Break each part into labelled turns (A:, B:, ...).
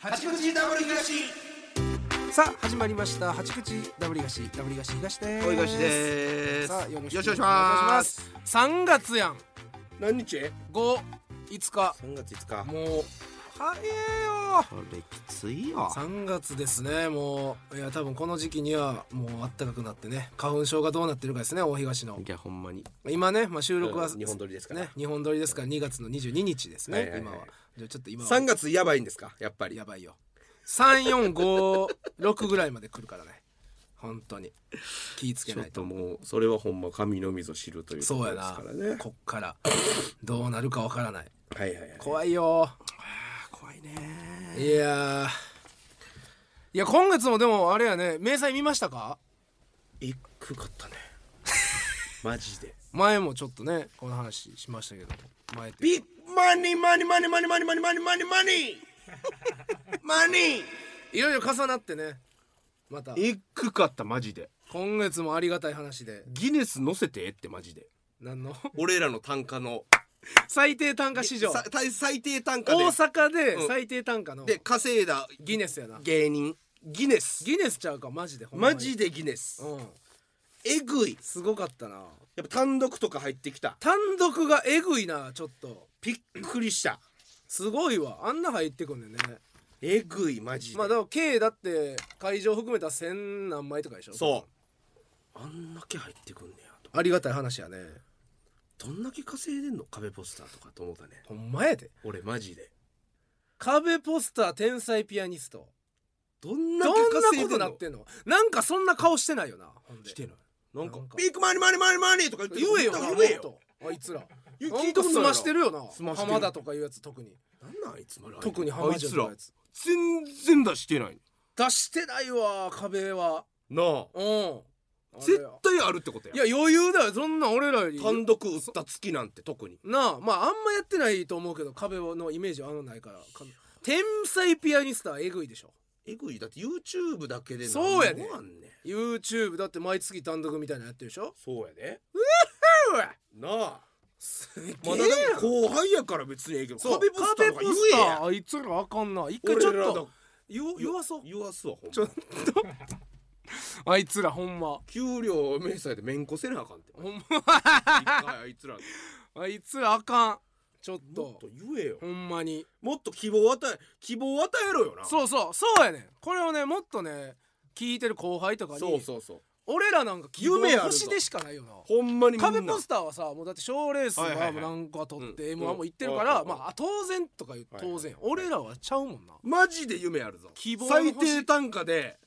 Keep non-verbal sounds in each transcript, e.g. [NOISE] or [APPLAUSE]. A: 八口ダブル東
B: さあ始まりました八口ダブリガシダブリガシ東です
A: おいがしです
B: さあよろしく
A: よ
B: お願い
A: ろしくお
B: し
A: 願
B: ま
A: いしますす
B: 3月やん
A: 何日
B: 5 5日
A: 三月五日
B: もう早えよ
A: これきついよ
B: 3月ですねもういや多分この時期にはもう暖かくなってね花粉症がどうなってるかですね大東の
A: いやほんまに
B: 今ね、まあ、収録は、
A: うん日本撮りですから
B: ね日本撮りですから2月の22日ですね、
A: はいはいはい
B: 今はじゃあちょっと今は
A: 三月やばいんですかやっぱり
B: やばいよ3456ぐらいまで来るからね本当に気ぃつけ
A: ちょ
B: な
A: っ
B: いと
A: ともうそれはほんま神のみぞ知るというこ
B: そうや
A: とで
B: な
A: すからね
B: こっからどうなるかわからない
A: はいはいはい
B: 怖いよ
A: 怖いね
B: いやーいや今月もでもあれやね明細見ましたか
A: いくかったねマジで
B: 前もちょっとねこの話しましたけど前って
A: ビッグマニーマニーマニーマニーマニーマニーマニーマニーマニーマニ
B: いろいろ重なってねまた
A: ーいくかったマジで
B: 今月もありがたい話で
A: ギネス乗せてってマジで
B: 何
A: [LAUGHS]
B: の
A: 俺らの単価の
B: 最低単価市場
A: さ最最低単価
B: 大
A: で
B: 阪で最低単価の
A: で稼いだ
B: ギネスやな
A: 芸人ギネス
B: ギネスちゃうかマジでほんま
A: マ
B: に
A: ジでギネス
B: うん
A: えぐい
B: すごかったな
A: やっぱ単独とか入ってきた
B: 単独がえぐいなちょっと
A: びっくりした
B: すごいわあんな入ってくんねんね
A: えぐいマジで、
B: まあだから計だって会場含めた千何枚とかでしょ
A: そうあんだけ入ってくんねやと
B: ありがたい話やね
A: どんだけ稼いでんの壁ポスターとかと思ったね
B: ほんまやで
A: 俺マジで
B: 壁ポスター天才ピアニスト
A: どんだ
B: ど
A: け
B: んな
A: 稼い
B: こと
A: でんの
B: なってんのなんかそんな顔してないよなほんで
A: してないなんか
B: なんか
A: ビッグマニーマニーマニーマニーとか言って
B: 言えよな
A: 言え
B: もっ
A: よ
B: とあいつら
A: 言う
B: な
A: 聞
B: ん
A: いた
B: か
A: ことない
B: 済ましてるよな
A: 済ましてる
B: 浜田とかいうやつ特に
A: なんなんあいつまで
B: 特に
A: あ
B: 浜
A: い
B: 田と
A: つ
B: かいう
A: ら
B: やつ
A: 全然出してない
B: 出してないわ壁は
A: なあ
B: うん
A: 絶
B: あ
A: 対あるってことや
B: れやいや余裕だよそんな俺らより
A: 単独打った月なんて特に
B: なあまああんまやってないと思うけど壁のイメージはあのないからか天才ピアニストはえぐいでしょ
A: えぐいだって YouTube だけで何
B: そうやで
A: 本あんねん
B: YouTube だって毎月単独みたいなのやってるでしょ
A: そうやでなあ
B: すげえ
A: まだでも後輩やから別にええけど
B: そう
A: 壁ポスターとか言えや
B: あいつらあかんな一回
A: 俺
B: ちょ
A: ら
B: っ
A: だ
B: と言お言わそう
A: 言わすわほん
B: ちょ
A: ま
B: っとあいつらほんま
A: 給料明細でめんこせなあかん [LAUGHS] って
B: ほん
A: 一回あいつらに
B: まあ [LAUGHS] いつらあかんちょっ
A: もっ
B: と
A: と言えよ
B: ほんまに
A: もっと希望を与え希望を与えろよな
B: そうそうそうやねんこれをねもっとね聞いてる後輩とかに
A: そうそうそう
B: 俺らなんか希望
A: 夢あるぞ
B: 星でしかないよな
A: ほんまにみんな
B: 壁ポスターはさもうだって賞ーレース
A: はいはいは
B: はいもう何個か取って
A: うん
B: m 1も行ってるか
A: う
B: ら
A: ん
B: まあ当然とか言う
A: はいはい
B: 当然俺らはちゃうもんな
A: マジで夢あるぞ
B: 希望の
A: 最
B: 星
A: 低単価で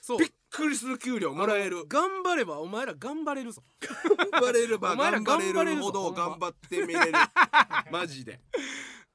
B: そう
A: びっくりする給料もらえる
B: 頑張ればお前ら頑張れるぞ
A: 頑張れれば
B: お前ら
A: 頑張れるほど
B: 頑
A: 頑張ってみれ [LAUGHS] るマジで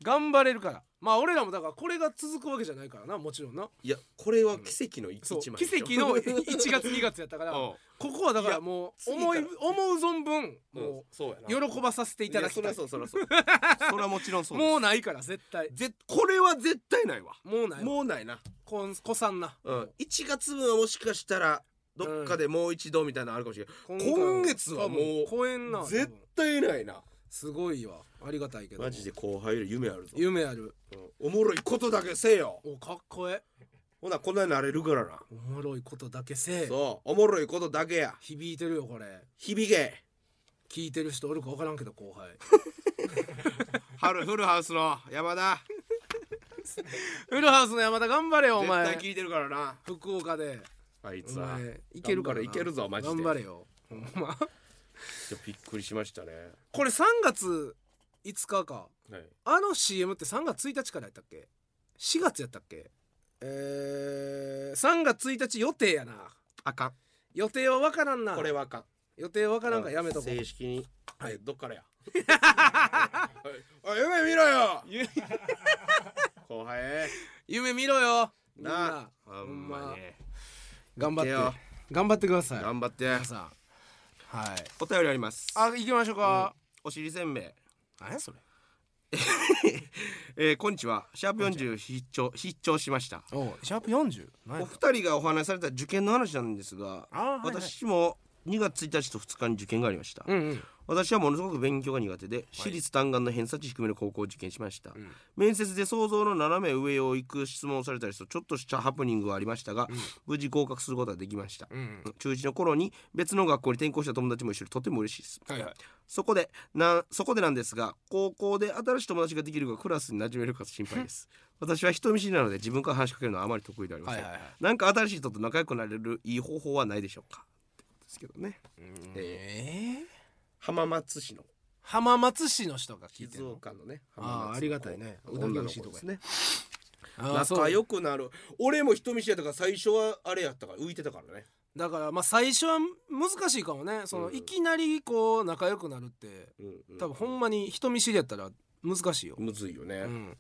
B: 頑張れるからまあ俺らもだからこれが続くわけじゃないからなもちろんない
A: やこれは奇跡の一
B: そう奇
A: 一枚
B: 跡
A: [LAUGHS]
B: の1月2月やったから
A: うん
B: ここはだからもう
A: いや
B: 思い
A: 次
B: 思う存分
A: も
B: も
A: うそうや
B: う喜ばさせていただきたい
A: やそらそうそ [LAUGHS] らそうそれはもちろんそうです
B: もうないから絶対
A: ぜこれは絶対ないわ
B: もうないわ
A: もうないな、
B: こんこさんな
A: うん、1月分はもしかしたらどっかでもう一度みたいなのあるかもしれない、
B: 今
A: 今月はもう
B: 公演な多分
A: 絶対ないな
B: すごいわありがたいけど
A: マジで後輩より夢あるぞ、
B: 夢ある
A: うんおもろいことだけせよ
B: おかっこええ
A: ほなこんなになれるからな
B: おもろいことだけせえ
A: そうおもろいことだけや
B: 響いてるよこれ
A: 響け
B: 聞いてる人おるか分からんけど後
A: [LAUGHS]
B: 輩
A: 春フルハウスの山田
B: フルハウスの山田頑張れよお
A: 絶対
B: 前
A: 聞いてるからな
B: 福岡で
A: あい
B: お
A: つは
B: 前いけるからな
A: 頑張れいけるぞマジで
B: 頑張れよほんま
A: いやびっくりしましたね
B: これ3月5日か
A: はい
B: あの CM って3月1日からやったっけ4月やったっけえー、3月1日予定やな
A: あかん
B: 予定は分からんな
A: これはあかん
B: 予定は分からんからやめとこう
A: 正式にはいどっからや
B: [LAUGHS]
A: おいおい夢見ろよ [LAUGHS] 後輩
B: 夢見ろよみん
A: な
B: な
A: あ
B: ほ
A: ほ
B: ん
A: ん
B: ま
A: まに
B: 頑張
A: いけよ
B: って頑張ってください
A: 頑張って
B: 皆さんはい
A: お便りあります
B: あ行きましょうか、
A: お尻せんべい
B: 何やそれ
A: えー、こんにちはシャープ40必聴必聴しました
B: おうシャープ40何
A: お
B: や
A: 二人がお話しされた受験の話なんですが
B: あーはいはい
A: 私も2月1日と2日に受験がありました、
B: うんうん
A: 私はものすごく勉強が苦手で、私立単眼の偏差値低めの高校を受験しました、
B: ん
A: 面接で想像の斜め上を行く質問をされたりするとちょっとしたハプニングはありましたが、無事合格することができました、
B: うん
A: 中1の頃に別の学校に転校した友達も一緒でとても嬉しいです、
B: はいはい
A: そこでなそこでなんですが高校で新しい友達ができるかクラスに馴染めるか心配です
B: [LAUGHS]
A: 私は人見知りなので自分から話しかけるのはあまり得意ではありません、
B: はいはいはい
A: なんか新しい人と仲良くなれるいい方法はないでしょうかってことですけどね
B: ええ
A: 浜松市の
B: 浜松市の人が聞いて
A: 静
B: るの
A: 岡のね
B: ああありがたいねうどんが美味しいとこや
A: ね
B: ああそう
A: 仲良くなる俺も人見知りだから最初はあれやったから浮いてたからね
B: だからまあ最初は難しいかもねその
A: うん
B: いきなりこう仲良くなるって
A: うん
B: 多分ほんまに人見知りやったら難しいよ、
A: むずいよね、
B: うん、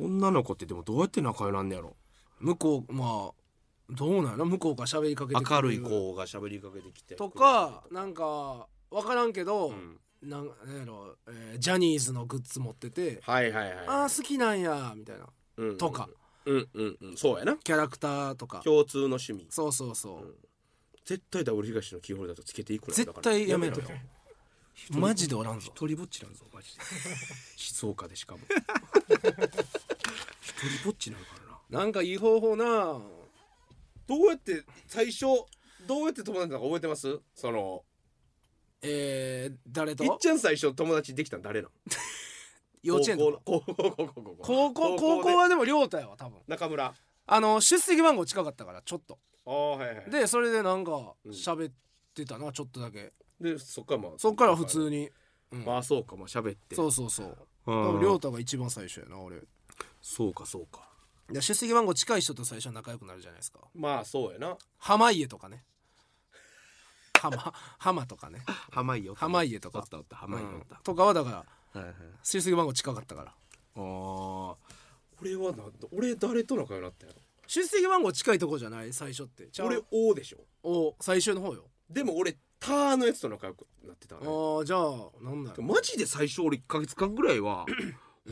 A: 女の子ってでもどうやって仲良くなんねやろ
B: 向こうまあどうなの向こうが喋りかけてくれ
A: 明るい子が喋りかけてきて
B: とかなんか分からんけど、
A: ん
B: なんなんやろ、えージャニーズのグッズ持ってて
A: はいはいは
B: 「
A: い
B: ああ好きなんや」みたいな
A: うん
B: とか
A: うんうんうんそうやな
B: キャラクターとか
A: 共通の趣味
B: そうそうそう、
A: ん絶対ダブル東のキーホルダーとつけていくな
B: 絶対やめとよ
A: だから
B: マジでおらんぞ
A: 一人ぼっちなんぞマジで静岡でしかも一人ぼっちなるからな
B: なんかいい方法な
A: どうやって最初どうやって友達なんか覚えてますその
B: えー、誰
A: いっ
B: と
A: ちゃん最初友達できたの誰なん
B: 幼稚園とか
A: 高校高校高校
B: 高校高校
A: ね
B: はでも亮太やわ多分
A: 中村あ
B: あの出席番号近かったからちょっと
A: あはいはい
B: でそれでなんか
A: うん
B: 喋ってたなちょっとだけ
A: でそっからまあ
B: そっから普通にうん
A: まあそうかまあ喋って
B: そうそうそう
A: う
B: 多
A: ん
B: 分亮太が一番最初やな俺
A: そうかそうか
B: で出席番号近い人と最初は仲良くなるじゃないですか
A: まあそうやな
B: 濱家とかね浜浜とかね
A: 濱家おった
B: 濱家とか
A: おったおった濱家お
B: うん
A: った、
B: とかはだから
A: はいはい
B: 出席番号近かったから
A: ああ俺はなんだ俺誰と仲良くなったやろ
B: 出席番号近いとこじゃない最初ってちゃう
A: 俺 O でしょ
B: お最初の方よ
A: でも俺ターのやつと仲良くなってたね
B: ああじゃあなんだろう
A: マジで最初俺1ヶ月間ぐらいは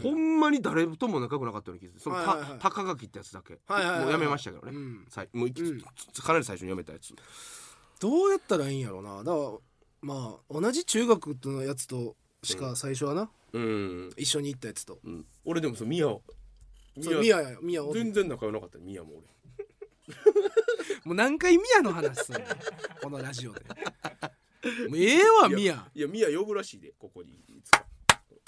A: ほんまに誰とも仲良くなかったような気がするその
B: はいはいは
A: た
B: い
A: 高垣ってやつだけ
B: はいはいはいはい
A: もうやめましたけどね
B: うん
A: さいもうい
B: うん
A: かなり最初にやめたやつ
B: どうやったらいいんやろなだからまあ同じ中学のやつとしか最初はな、
A: うん
B: 一緒に行ったやつと
A: うん俺でもそのミヤを
B: そうミヤやミヤお
A: 全然仲良くなかったミヤも俺
B: もう何回ミヤの話するのこのラジオでもうええわミヤ
A: いやミヤ呼ぶらしいでここにいつか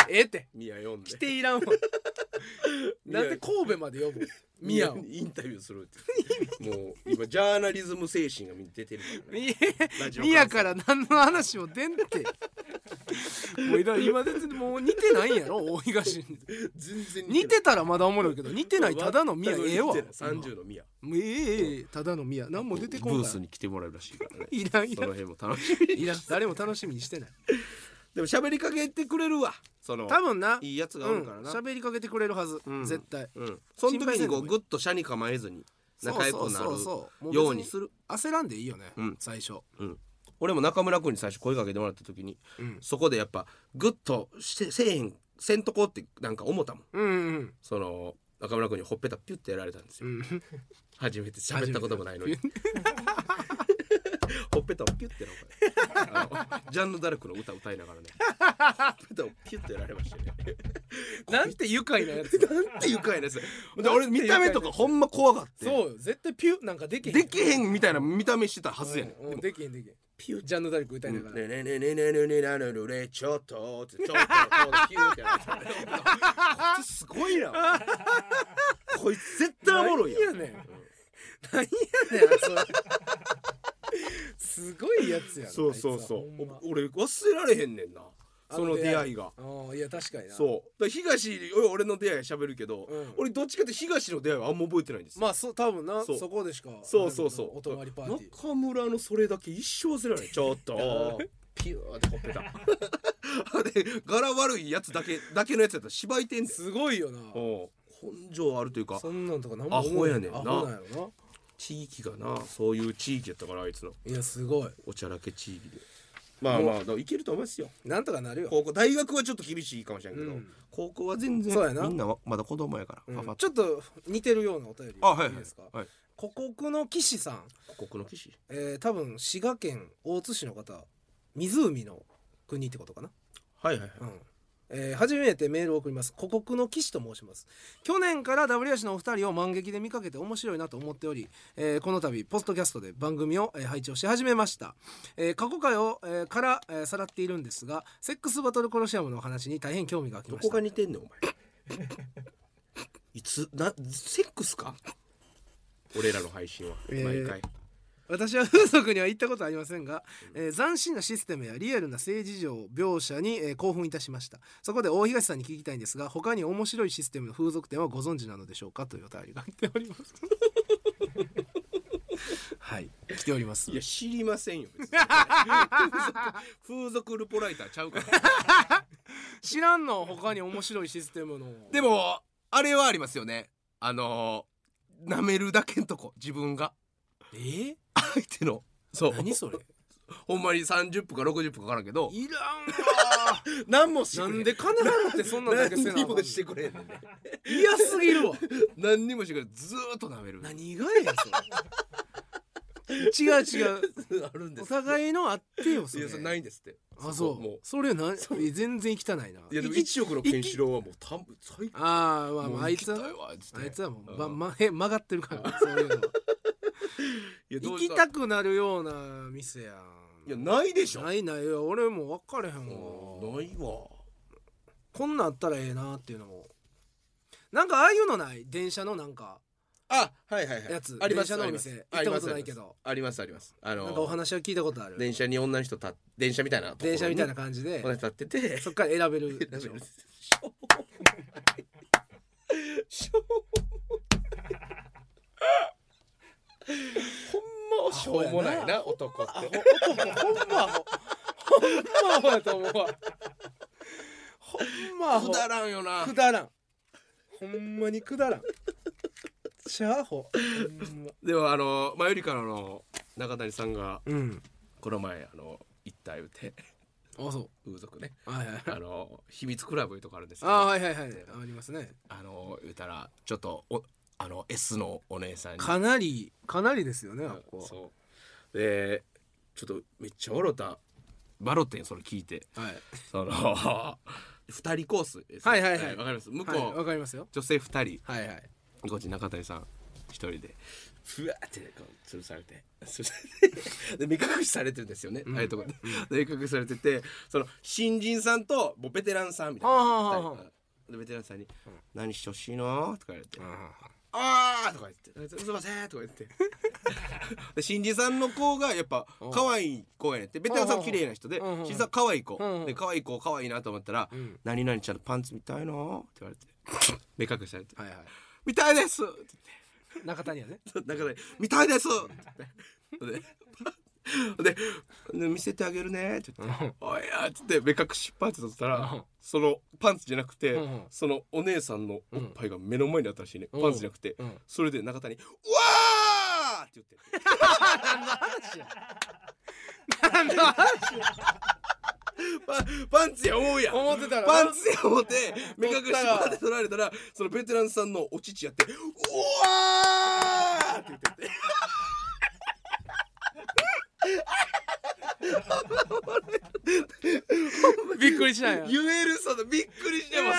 B: ええって
A: ミヤ呼んで
B: 来ていらんわ [LAUGHS] なんで神戸まで呼ぶミヤを
A: にインタビューするっていうもう今ジャーナリズム精神が出てるから
B: [LAUGHS]
A: ね
B: ミ
A: ラジオ
B: ミヤから何の話も出んって [LAUGHS] もういろいろ今全然もう似てないんやろ大東に
A: 全然
B: [LAUGHS] 似てたらまだおもろいけど似てないただのミヤ
A: 全く似
B: え
A: て
B: えわ
A: ない30のミヤ
B: もうええええただのミヤ何も出てこん
A: ブー
B: か
A: ス
B: ら
A: に来てもらうらしいからね
B: いらんい
A: そ
B: ら
A: の
B: ん
A: 辺も楽しみ
B: いらん誰も楽しみにしてない
A: [LAUGHS] でも喋りかけてくれるわその
B: 多分ない
A: いやつが
B: う
A: お
B: ん
A: るからな、
B: 喋りかけてくれるはず、
A: うん
B: 絶対
A: うんその時にこう
B: 心配せんでもいい
A: グッと車に構えずに仲良
B: そうそう
A: くな
B: そうそうもう別
A: る
B: に
A: ようにする
B: 焦らんでいいよね、
A: うん
B: 最初
A: うん俺も中村君に最初声かけてもらった時に、
B: うん
A: そこでやっぱグッとしてせえへんせんとこってなんか思ったもん
B: うんうん
A: その中村君にほっぺたピュッてやられたんですよ、
B: うん
A: 初めて喋ったこともないのにほっぺたをピュッてなんかねあのジャンヌ・ダルクの歌歌いながらね
B: [LAUGHS]
A: ほっぺたをピュッてやられましたね
B: [LAUGHS] なんて愉快なやつ
A: なんて愉快なやつで俺見た目とかほんま怖がって
B: そうよ絶対ピュッなんかできへん
A: できへんみたいな見た目してたはずやねん、
B: うんうんできへんできへんピュッジャンヌ・ダルク歌いながら、
A: ねねねねねねねなるるれちょっとちょっとピュッてやられたねこいつすごいなこいつ絶対おもろいやん
B: 何やねん何やねんあいつすごいやつやな
A: そうそうそ
B: あいつはほんま
A: う。お俺忘れられへんねんな。その出会いが。
B: あーいや確かにな
A: そう。だから東俺俺の出会いは喋るけど、
B: うん
A: 俺どっちかって東の出会いはあんま覚えてないんですよ。
B: まあそう多分な
A: そ
B: そうこでしか
A: そうそうそう。
B: お泊まりパーティー
A: 中村のそれだけ一生忘れられない。ちょっと。ピューってほっぺた。あ [LAUGHS] れ柄悪いやつだけだけのやつやったら芝居てんです。
B: すごいよな
A: お根性あるというか
B: そんなんとか何
A: アホやねんな
B: アホなんやろ
A: 地域がなそういう地域やったからあいつの
B: ないやすごい
A: おちゃらけ地域でまあまあだからいけると思いますよ
B: なんとかなるよ
A: 高校大学はちょっと厳しいかもしれんけど、
B: うん
A: 高校は全然
B: そうやな
A: みんなはまだ子供やから、
B: うん
A: パパッ
B: ちょっと似てるようなお便り
A: あはいはい
B: いですか
A: はい
B: 古国の騎士さん
A: ここの騎士
B: えー多分滋賀県大津市の方湖の国ってことかな
C: はいはいはい
B: うんえー初めてメールを送ります古国の騎士と申します去年から WS のお二人を満劇で見かけて面白いなと思っており、えーこの度ポストキャストで番組を、えー配置をし始めました、えー過去回を、えーから、えーさらっているんですがセックスバトルコロシアムのお話に大変興味が湧き
C: ど
B: まし
C: こ
B: た
C: が似てんねんお前いつなセックスか俺らの配信は
B: えー
C: 毎回、
B: 私は風俗には行ったことはありませんが、えー斬新なシステムやリアルな政治上描写に、えー興奮いたしましたそこで大東さんに聞きたいんですが他に面白いシステムの風俗店はご存知なのでしょうかというお便りが来ております
C: [LAUGHS]
B: はい来ております
C: いや知りませんよ別に [LAUGHS] 風俗ルポライターちゃうから
B: 知らんの他に面白いシステムの
A: [LAUGHS] でもあれはありますよねあのー、舐めるだけんとこ自分が
B: えー
A: 相手のそう
C: [LAUGHS]
B: 何それ
A: ほんまに30分か60分かからんけど
B: いらんわ
C: 何もし
B: な
C: てくれ
B: んで金払ってそんなんだけせなあか
C: 何
B: んの
C: もしてくれんねんね
B: 嫌すぎるわ
A: 何にもしてくれずーっと舐める
B: 何がやそれ [LAUGHS] 違う違う
C: [LAUGHS] あるんで
B: お
C: す
B: 互いのあってよそ
C: い
B: れ
C: やそれないんですって
B: あ
C: そ
B: そ
C: こ
B: う
C: もう
B: それな全然汚いない
C: やでも
B: 生き
C: 1億のケンシロウはもうたん最高
B: ああまあま
A: もう
B: ああいつは
A: 行きたいわっつって
B: あいつはもう、
A: うん
B: ままへ曲がってるからそういうのは
C: いやど
B: 行
C: うし
B: きたくなるような店や
C: いやないでしょ
B: ないないよ俺も分かれへん
C: うん
B: わ
C: ないわ
B: こんなんあったらええなっていうのもなんかああいうのない電車のなんか
C: あはいはいはい
B: やつ
C: あります
B: 電車の
C: あります
B: お店
C: あります
B: 行ったことないけど
C: ありますありますあの
B: なんかお話は聞いたことある
C: 電車に女の人た電車みたいなところに
B: 電車みたいな感じで
C: 女の人立ってて
B: そっから選べる
C: 選べ
A: [LAUGHS]
B: でしょ
C: る [LAUGHS] しょうしょうもないほんましょうもないな男って
B: ほんまアホほんまアホやと思うわほんまアホ
A: くだらんよな
B: くだらんほんまにくだらんシャーホほんま
A: でもあの前よりからの中谷さんが
B: うん
A: この前あの行った言うて
B: あそ
A: 風俗ね
B: うはいはい
A: あの秘密クラブいうとこあるんですけど
B: あ
A: あ
B: はいはいはいありますね
A: の言うたらちょっとおあの S のお姉さんに
B: かなりかなりですよねあっこは
A: そうでちょっとめっちゃ笑ったバロテンそれ聞いて
B: はい
A: その [LAUGHS] 二人コースです
B: はいはいはい
A: わかります向こう、
B: はいわかりますよ
A: 女性二人
B: はいはい
A: こっち中谷さん一人でふわーってこう吊るされて吊るされてで目隠しされてるんですよね、ああいうとこでで目隠しされててその新人さんともうベテランさんみたいな
B: はあはあはあ
A: 二人でベテランさんに「何してほしいの?」とか言われて「
B: あ
A: ああ!」とか言って「すいません」とか
B: [LAUGHS]
A: 言ってで新人さんの子がやっぱ可愛い子やねんってベテランさんは綺麗な人で
B: うんうんうん
A: 新人さん可愛い子
B: うんうん
A: で可愛い子可愛いなと思ったら
B: ん
A: 「何々ちゃんのパンツ見たいの?」って言わ
B: [LAUGHS]
A: れて目隠しされて
B: はいは
A: 「見たいです!」って言って
B: い中谷やね
A: だから「見たいです!」ででで見せてあげるね」って言って「おいや」っつって目隠しパンツ取った
B: うん
A: らそのパンツじゃなくて
B: うん
A: そのお姉さんのおっぱいが目の前にあったらしいね
B: うん
A: パンツじゃなくて
B: うん
A: それで中谷に「うわー!」って言
B: [LAUGHS]
A: って
B: なんだ
A: パパンツや思うやん
B: 思ってたらな
A: パンツや思って目隠しパンツ取られたらそのベテランさんのお乳やって「うわー!」って言ってて。
B: びっくりしないや
A: 言えるそのびっくりしても
B: うわ
A: さ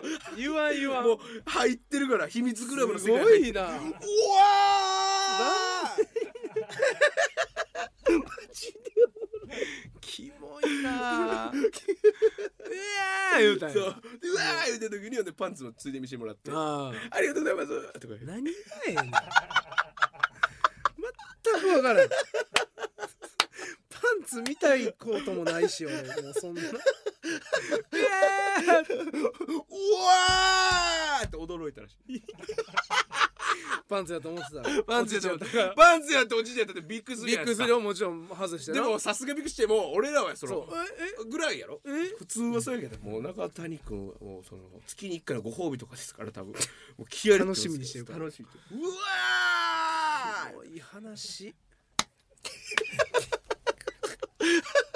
B: ー
A: そう
B: 言わん言わん
A: もう入ってるから秘密クラブの
B: す
A: 世界
B: ご
A: 入って
B: いな
A: [LAUGHS] うわー
B: キモいなうわー言うたんや
A: そううわー言ってる時にほんでパンツのついで見せてもらってあ
B: [LAUGHS] ああ
A: りがとうございますとか言って
B: 何がええねん全く分からんパンツ見たいこともないし俺もうそんな
A: うわーって驚いたらしい
B: パンツやと思ってた
A: [LAUGHS] パンツやと思って
B: 落ちちゃったから
A: パンツやっておじいちゃんだってびっくりする
B: び
A: や
B: っ
A: ん
B: くりするよもちろん外してな
A: でもさすがびっくりしても俺らはその
B: そう
A: ぐらいやろ
B: ええ
A: 普通はそうやけどもう中谷君はもうその月に1回のご褒美とかですから
B: [LAUGHS]
A: 多分もう気合い入れますよ
B: 楽しみにしてるから
A: 楽しみにうわー
B: おいい話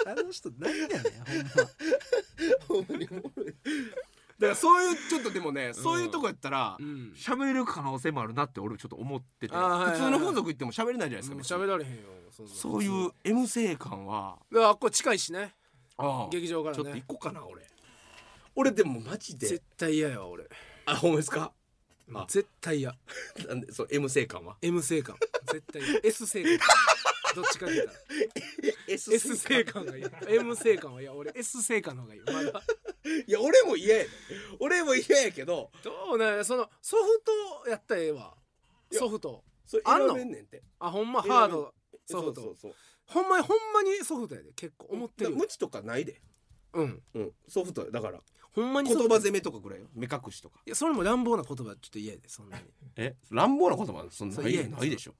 B: あの人何やねんほんま
A: だからそういうちょっとでもね、そういうとこやったら
B: ん
A: 喋れる可能性もあるなって俺ちょっと思ってて、
B: あーはいはいはい
A: 普通の風俗行っても喋れないじゃないですか、
B: もう
A: 別に
B: 喋られへんよそんな
A: そういう M 性感は
B: だからあっこ近いしね
A: ああ
B: 劇場からね
A: ちょっと行こうかな俺俺でもマジで
B: 絶対嫌やわ俺
A: あほんまですかあ
B: 絶対嫌
A: なんでそう M 性感は
B: M 性感絶対嫌 S 性感どっちかで言ったら [LAUGHS]
A: S
B: S 性感がいい M 性感はいや俺 S 性感の方がいいまだ
A: いや俺も嫌やで俺も嫌やけど
B: どうなんやそのソフトやったらええわ
A: いや
B: ソフト
A: それ
B: あんの
A: 選べんねんて
B: あほんま
A: 選べん
B: ハードソ
A: そう
B: フ
A: そう
B: ト
A: そう
B: ほんまにほんまにソフトやで結構思ってる
A: だから無知とかないで
B: うん
A: うんソフトやだから
B: ほんまに
A: 言
B: ソフト
A: 葉攻めとかぐらいよ目隠しとか
B: いやそれも乱暴な言葉ちょっと嫌やでそんなに
A: え乱暴な言葉そんな
B: そう
A: い
B: 嫌や
A: ないでしょ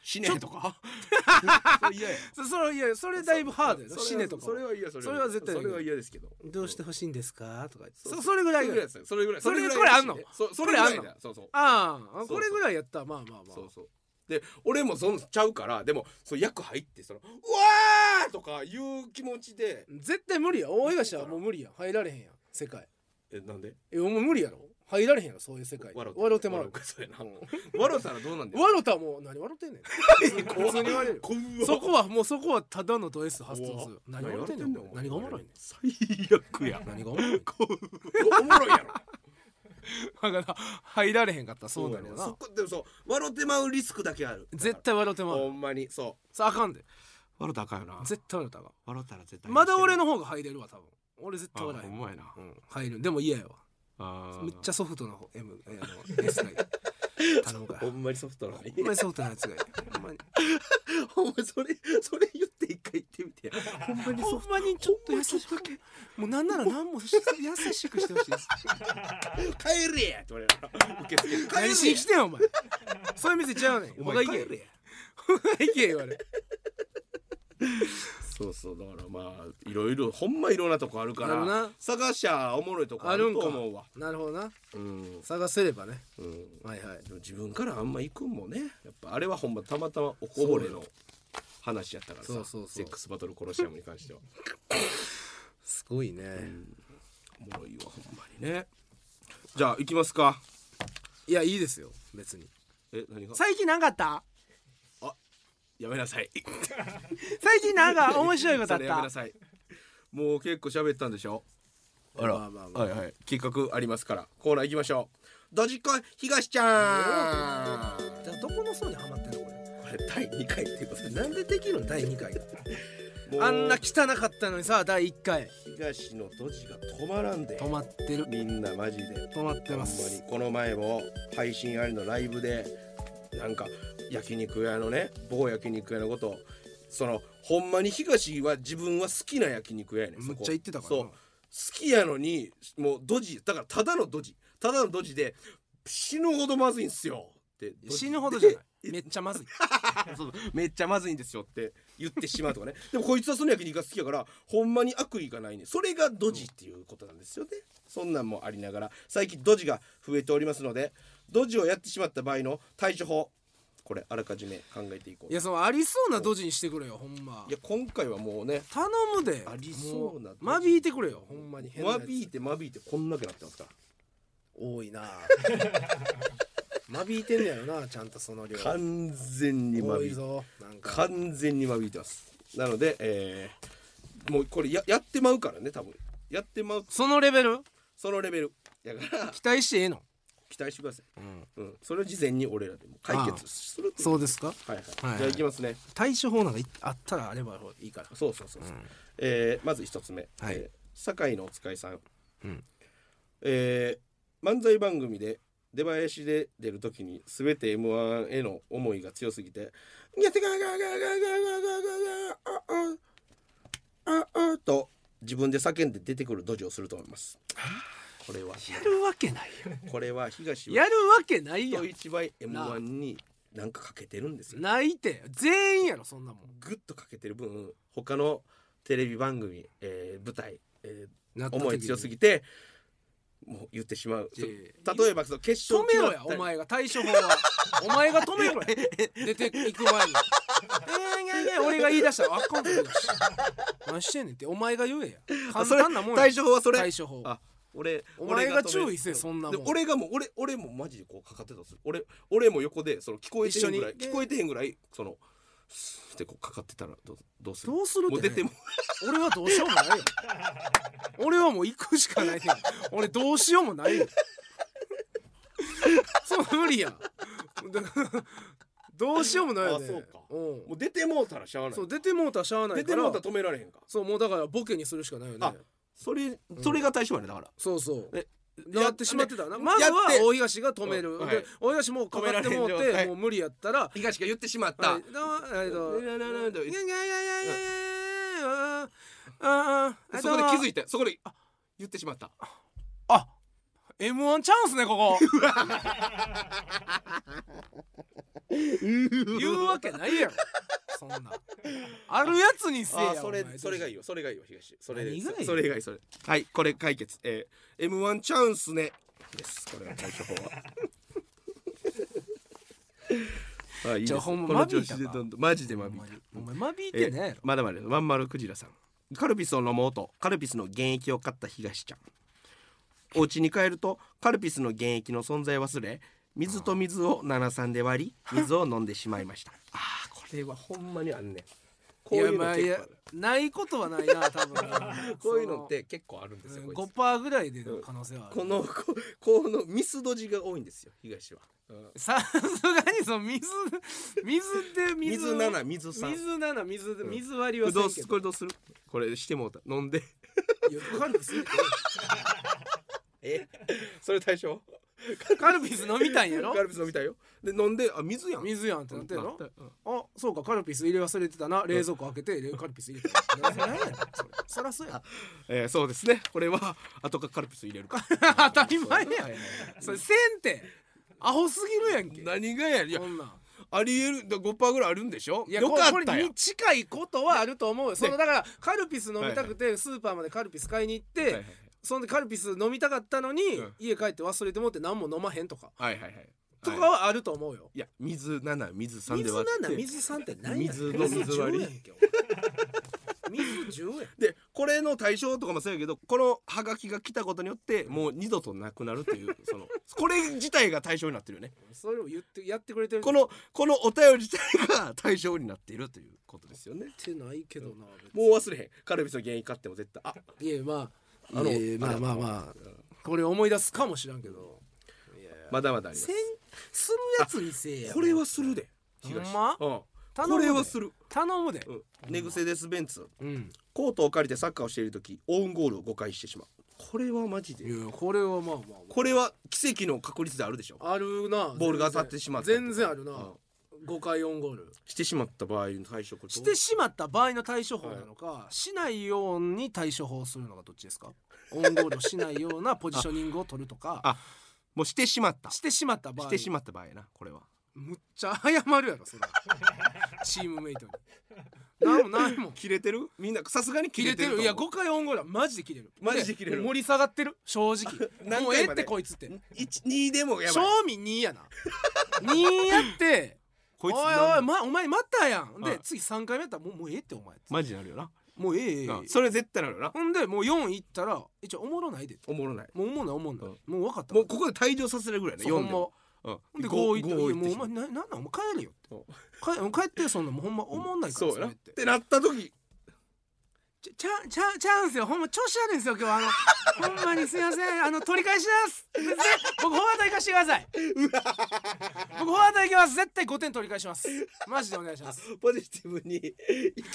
A: 死ねとか
B: [LAUGHS]
A: それ嫌や
B: [LAUGHS] そそれいやそれだいぶハードやな
A: それは
B: 死ねとか
A: それは嫌そ
B: それは絶対
A: それは嫌ですけど
B: どうしてほしいんですかとか言って
A: そう
B: そそれぐらい
A: そ
B: が
A: れぐらいですそれぐらい
B: それ
A: ぐらい
B: これあんの
A: らしいねそそ
B: こ
A: れ
B: れ
A: ぐ
B: あんの
A: らいだそうそう
B: ああ
A: そうそう
B: これぐらいやったらまあまあまあ
A: そうそうで俺もそんなんちゃうからでもそう役入ってその「うわー!」とかいう気持ちで
B: 絶対無理や大東はもう無理やん入られへんやん世界
A: えなんで
B: えもう無理やろ入られへんやろそういう世界
A: 笑
B: 笑うてもらう
A: 笑そうやな
B: うん
A: 笑うたらどうなんだよ
B: 笑うたらもう何笑ってんねん [LAUGHS] 普通に言われるよ
A: こんわ
B: そこはもうそこはただのド S 発動す
A: 怖
B: る
A: っ
B: 何笑ってんねん
A: お前
B: 何がおもろいねん
A: 最悪や
B: 何がおもろいねん
A: こうおもろいやろ
B: だから入られへんかったらそうなるよ
A: そ
B: な
A: こでもそう笑ってまうリスクだけある
B: 絶対笑ってま
A: ほ
B: うん
A: まにそ
B: さああかんで
A: う笑ったらあかんよな
B: 絶対笑ったらあか
A: 笑ったら絶
B: んまだ俺の方が入れるわ多分俺絶対笑えへん
A: まやな
B: うん入るでも嫌やわめっちゃ
A: ゃ
B: ソフトの方 M あの S [LAUGHS] がいい頼むから
A: ほんまにソフトなの [LAUGHS] に
B: ほんまにソフトのやつがいいほんまに
A: ほんまそれそれ言って一回言ってみて [LAUGHS] ほんまに
B: ほ
A: ソ
B: ん
A: フ
B: まにちょっと優しくもうなんなら何もし優しくしてほしいです
A: ト帰れやって言われるから受付で
B: 何しに来てんお前そういう店ちゃうねん
A: お
B: ほが
A: 前
B: い
A: 帰
B: け
A: れや
B: ほがいけ言われ
A: そうそうだからまあいろいろほんまいろんなとこあるか
B: あるな
A: ら探しゃおもろいとこ
B: [LAUGHS]
A: あ
B: ある
A: る
B: ん
A: と
B: か
A: 思うわ
B: なるほどな
A: うん
B: 探せればね
A: うん
B: はいはい
A: でも自分からあんま行くんもねやっぱあれはほんまたまたまおこぼれの話やったからさ
B: そうそうそう
A: セックスバトルコロシアムに関しては
B: すごいね、
A: おもろいわほんまにねじゃあ行きますか
B: いやいいですよ別に
A: え何が
B: 最近なんかあった
A: やめなさい
B: 最近なん [LAUGHS] か面白いことあ
A: そ
B: っ
A: れやめ
B: た
A: なさいもう結構喋ったんでしょあら、
B: まあまあまあ
A: はいはい企画ありますからコーナー行きましょうドジコン東ちゃん
B: じゃあどこの層にはまってんのこれ
A: これ第2回っていうことで
B: なんでできるの第2回が
A: もう
B: あんな汚かったのにさ第1回
A: 東のドジが止まらんで
B: 止まってる
A: みんなマジで
B: 止まってま
A: ほんますにこの前も配信ありのライブでなんか焼肉屋のね某焼肉屋のことをそのほんまに東は自分は好きな焼肉屋やねんそこ
B: むっちゃ言ってたから
A: そう
B: な
A: 好きやのにもうドジだからただのドジただのドジで死ぬほどまずいんすよって
B: 死ぬほどじゃない [LAUGHS] いめっちゃまずい
A: [LAUGHS] そうそうめっちゃまずいんですよって言ってしまうとかね [LAUGHS] でもこいつはその焼肉が好きやからほんまに悪意がないねそれがドジっていうことなんですよねそんなんもありながら最近ドジが増えておりますのでドジをやってしまった場合の対処法これあらかじめ考えていこう
B: いやそのありそうなドジにしてくれよほんま
A: いや今回はもうね
B: 頼むで
A: ありそうな
B: も間引いてくれよほんまに変な
A: 間
B: やつ
A: 引いて間引いてこんなくなってますから
B: 多いな [LAUGHS] 間引いてんねやろなちゃんとその量
A: 完全に間
B: 多
A: 引
B: い
A: いて
B: ぞなんか
A: 完全に間引いてますなので、えーもうこれややってまうからね多分やってまう
B: そのレベル
A: そのレベルやから
B: 期待してええの
A: 期待してください、うんそれを事前に俺らでも解決するという
B: そうですか
A: はいはい、
B: はいはい
A: じゃあいきますね
B: 対処法なんかいあったらあればいいから
A: そうそうそうそう、えーまず一つ目、
B: はい
A: えー酒井のお使いさん、
B: うん
A: えー漫才番組で出囃子で出るときに全て m 1への思いが強すぎて「やってガーガーガーガーガーガーガーガーああああと自分で叫んで出てくるドジをすると思いますこれは
B: やるわけないよ
A: これは東
B: や
A: は
B: るわけないや
A: 人
B: ん
A: 一倍 m
B: なあ
A: 1になんかかけてるんですよ
B: ないって全員やろそんなもん
A: グッとかけてる分他のテレビ番組、えー舞台、え
B: なっ
A: ー
B: た時に
A: 思い強すぎてもう言ってしまう
B: いやいや
A: 例えばその決
B: 止
A: 勝
B: めろや
A: 決まった
B: お
A: り
B: 前が対処法
A: [LAUGHS]
B: はお前が止めろや出ていく前にえーいやいや俺が言い出したらあかんことだし何してんねんってお前が言えや
A: あ
B: 簡
A: それ
B: 単なもんや
A: 対処法はそれ
B: 対処法
A: あ俺
B: お前が
A: 俺止め
B: 注意せえそんなもん
A: で俺がもう俺俺もマジでこうかかってたんですよ俺俺も横でその聞こえてへんぐらい
B: 一緒に
A: 聞こえてへんぐらいそのスーッてこうかかってたらどうどうする
B: どうするってね
A: もう出ても
B: 俺はどうしようもないよ俺はもう行くしかないよ俺どうしようもないよそう無理やだからどうしようもないよね
A: あそうか
B: う、
A: もう出てもうたらしゃあなんい
B: そう出てもうたらしゃあない
A: 出
B: か
A: て
B: ら
A: もうたら止められへんか
B: そうもうだからボケにするしかないよね
A: あそれそれが対象やねだから
B: そうそう
A: え
B: やってしまってたな
A: や
B: まずは
A: やって
B: 大東が止める、
A: うんはい
B: で大東もうかかってもうて
A: 止められん状態
B: もう無理やったら
A: 東が言ってしまっ、
B: ったえっと、いやいやいやいや
A: でそこで気づいてそこであ言ってしまった
B: あ、M1 チャンスねここ。 [LAUGHS] 言うわけないやろ。そんな。あるやつにせえ
A: あ
B: や。
A: ーそれそれがいいよそれがいいよ東それで
B: 何がいい
A: それ以外それはいこれ解決えー、M1 チャンスねですこれが対処法
B: [LAUGHS]
A: はあいいです
B: じゃあほんま
A: この調子
B: 間引い
A: で
B: たか
A: どんどんマジでマビ
B: お前間引い
A: え
B: てね
A: ーまだまだワンマルクジラさんカルピスを飲もうとカルピスの原液を買った東ちゃんお家に帰るとカルピスの原液の存在を忘れ水と水を73で割り水を飲んでしまいました [LAUGHS] あーこれはほんまにあんねんこう
B: やろ。
A: い
B: いうやまあいや
A: の結構ある
B: ないことはないな多
A: [LAUGHS]
B: 分。
A: こういうのって結構あるんですよ。こ
B: 五
A: いつ
B: パーぐらいでの可能性はある。
A: このここのミスドジが多いんですよ。東は。
B: さすがにその [LAUGHS] 水水で水
A: 水七水三。
B: 水七水で水割りは
A: こ
B: せ
A: れどうん
B: け
A: す
B: ど
A: これどうする？これしてもうた飲んで。
B: いやカルピス
A: え？それ対象？
B: カルピス飲みたいんやろ
A: カルピス飲みたいよ。で飲んであ水やん。
B: 水やんってなってん
A: な
B: の
A: ったうん
B: あそうかカルピス入れ忘れてたな冷蔵庫開けてカルピス入れたなそれ何やねんそれそらそうや
A: えー、そうですね。これは後からカルピス入
B: [LAUGHS]
A: れるか。
B: [LAUGHS] 当たり前やんそれせんてアホすぎるやんけ
A: 何がやるいや
B: こんなん
A: ありえるだ五パーぐらいあるんでしょ？
B: いや
A: よ
B: こ
A: か
B: こ
A: った
B: れ
A: や
B: に
A: ん。
B: 近いことはあると思うよそのだからカルピス飲みたくてスーパーまでカルピス買いに行っ
A: はいは
B: て
A: い
B: そんでカルピス飲みたかったのに
A: うん
B: 家帰って忘れてもって何も飲まへんとか
A: はいはいはい。
B: とかはあると思うよ
A: いや水七水三で
B: 水
A: 割って。
B: 7水3って何やねん
A: 水の水割り
B: 10やんけお前水10やん
A: でこれの対象とかもそうやけどこのハガキが来たことによってもう二度となくなるっていう [LAUGHS] そのこれ自体が対象になってるよね
B: それを言ってやってくれてる
A: このこのお便り自体が対象になっているということですよね
B: ってないけどな別に
A: もう忘れへんカルビスの原因買っても絶対あ
B: いやまあ
A: あの
B: いやいやまあまあまあこれ思い出すかもしらんけど
A: まだまだありま
B: せ
A: す
B: んするやつにせえや
A: これはするで
B: ほん
A: 東
B: ま
A: うん
B: 頼む
A: こ
B: で
A: れはする、
B: 頼むで
A: うん、寝癖ですベンツ
B: うん
A: コートを借りてサッカーをしている時オウンゴールを誤解してしまうこれはマジで
B: いやこれはまあまあま
A: これは奇跡の確率であるでしょ
B: ああるな
A: ボールが当たってしまった
B: 全然あるな
A: うん
B: 5回4ゴール
A: してしまった場合の対象これど
B: し
A: う
B: てしまった場合の対処法なのかしないように対処法するのがどっちですかオウンゴールをしないよう
A: [LAUGHS]
B: なポジショニングを取るとか
A: あもうしてしまった
B: してしまった場合
A: してしまった場合やなこれは
B: むっちゃ謝るやろそ
A: [LAUGHS]
B: れチームメイトになんもないもん
A: 切れてるみんなさすがに
B: 切
A: 切
B: れ
A: れ
B: て
A: て
B: る
A: る
B: いや5回オウンゴールはマジで切れる
A: マジで切れる
B: 盛り下がってる正直
A: [LAUGHS] 何回まで
B: もうええってこいつって
A: 2でもやばい
B: 正味2やな2
A: [LAUGHS]
B: やって
A: こいつ
B: おいお
A: なん
B: い、ま、お前またやんで、
A: はい
B: 次3回目やったらもうもうええってお前
A: マジなるよな、
B: もうええええええ
A: うんそれ絶対なるよな
B: ほんでもう4いったらえじゃあおもろないで
A: おもろない
B: もうおもんないおもんない、もう分かった
A: もうここで退場させるぐらいね
B: そうほ
A: 4で
B: んま
A: も、うん、
B: ほんで
A: 五
B: 5いったらい
A: 五
B: やもう
A: し
B: お
A: ま
B: 前なな
A: う
B: んなんお前帰れよ
A: そう
B: 帰もう帰ってそんなもうほんまおもんないから
A: そうや
B: れ
A: なっ
B: って
A: てなった時
B: ちゃちゃちゃちゃうんすよほんま調子悪いんですよ今日あの [LAUGHS] ほんまにすいませんあの取り返します [LAUGHS] 絶対僕フォワード行かしてください僕フォワード行きます絶対5点取り返しますマジでお願いします
A: ポジティブにい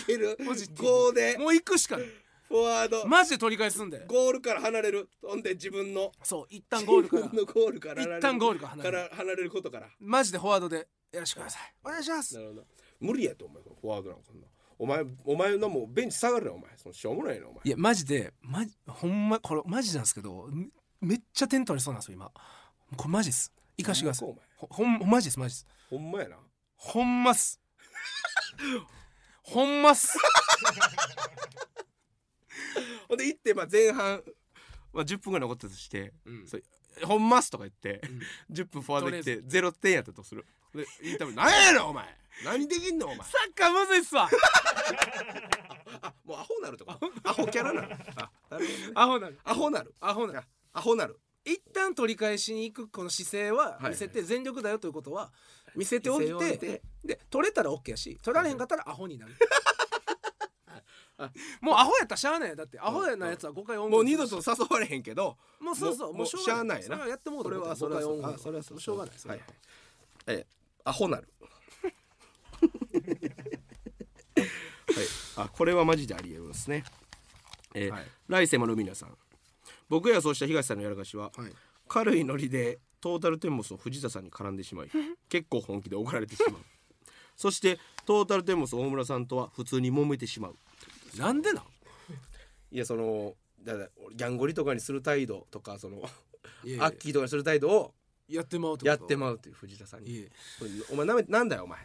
A: ける
B: ポジティブ
A: 5で
B: もう行くしかない
A: フォワード、
B: マジで取り返すんで
A: ゴールから離れるほんで自分の
B: そう一旦ゴール
A: [LAUGHS]
B: から
A: 自分のゴールから離れる
B: 一旦ゴールから離れる
A: から離れることから
B: マジでフォワードでやらしてくださいお願いします
A: なるほど無理やと思うよフォワードなんかそんなお前お前のもうベンチ下がるなお前そのしょうもないなお前
B: いやマジでマジほんまこれマジなんですけどめめっちゃ点取れそうなんですよ今これマジです行かしてください
A: ほんまか
B: ほほんマジですマジです
A: ほんまやな
B: ほんますほんます
A: ほんで行って、まあ、前半、まあ、10分ぐらい残ったとして「
B: ん
A: そうほんます」とか言って、10分フォワード行っ
B: と
A: て0点やったとするでインタビュー「何やろお前何できんのお前
B: サッカーむずいっすわ
A: あもうアホなるとかアホキャラなるあなるほどね
B: アホなる
A: アホ
B: アホな
A: なる
B: る
A: あアホなる
B: 一旦取り返しに行くこの姿勢は
A: はい
B: 見せて全力だよということは見せておいて
A: 見せておいて
B: で取れたら OK やし取られへんかったらアホにな
A: [LAUGHS]
B: るもうアホやったらしゃあないよだってアホやなやつは5回音
A: もう二度と誘われへんけど
B: もうそうそう
A: も
B: もうしょうがない
A: し
B: それ
A: ゃあない
B: はやってもう
A: これは
B: そ
A: そ
B: れ
A: れは
B: は
A: そう
B: 音
A: あそれは
B: しょうがないそれ
A: は
B: はい
A: はいえーア
B: [LAUGHS]
A: ホなるはいあこれはマジでありえますねえー
B: はい
A: 来世のルミナさん僕やそうした東さんのやらかしは、
B: はい
A: 軽いノリでトータルテンボスを藤田さんに絡んでしまい結構本気で怒られてしまう [LAUGHS] そしてトータルテンボス大村さんとは普通に揉めてしまう
B: なんでなん
A: いやそのだからギャンゴリとかにする態度とかその
B: いやいや
A: アッキーとかにする態度を
B: やってまうってこと
A: やってまうっていう藤田さん
B: い
A: に
B: え
A: 「お前なめなんだよお前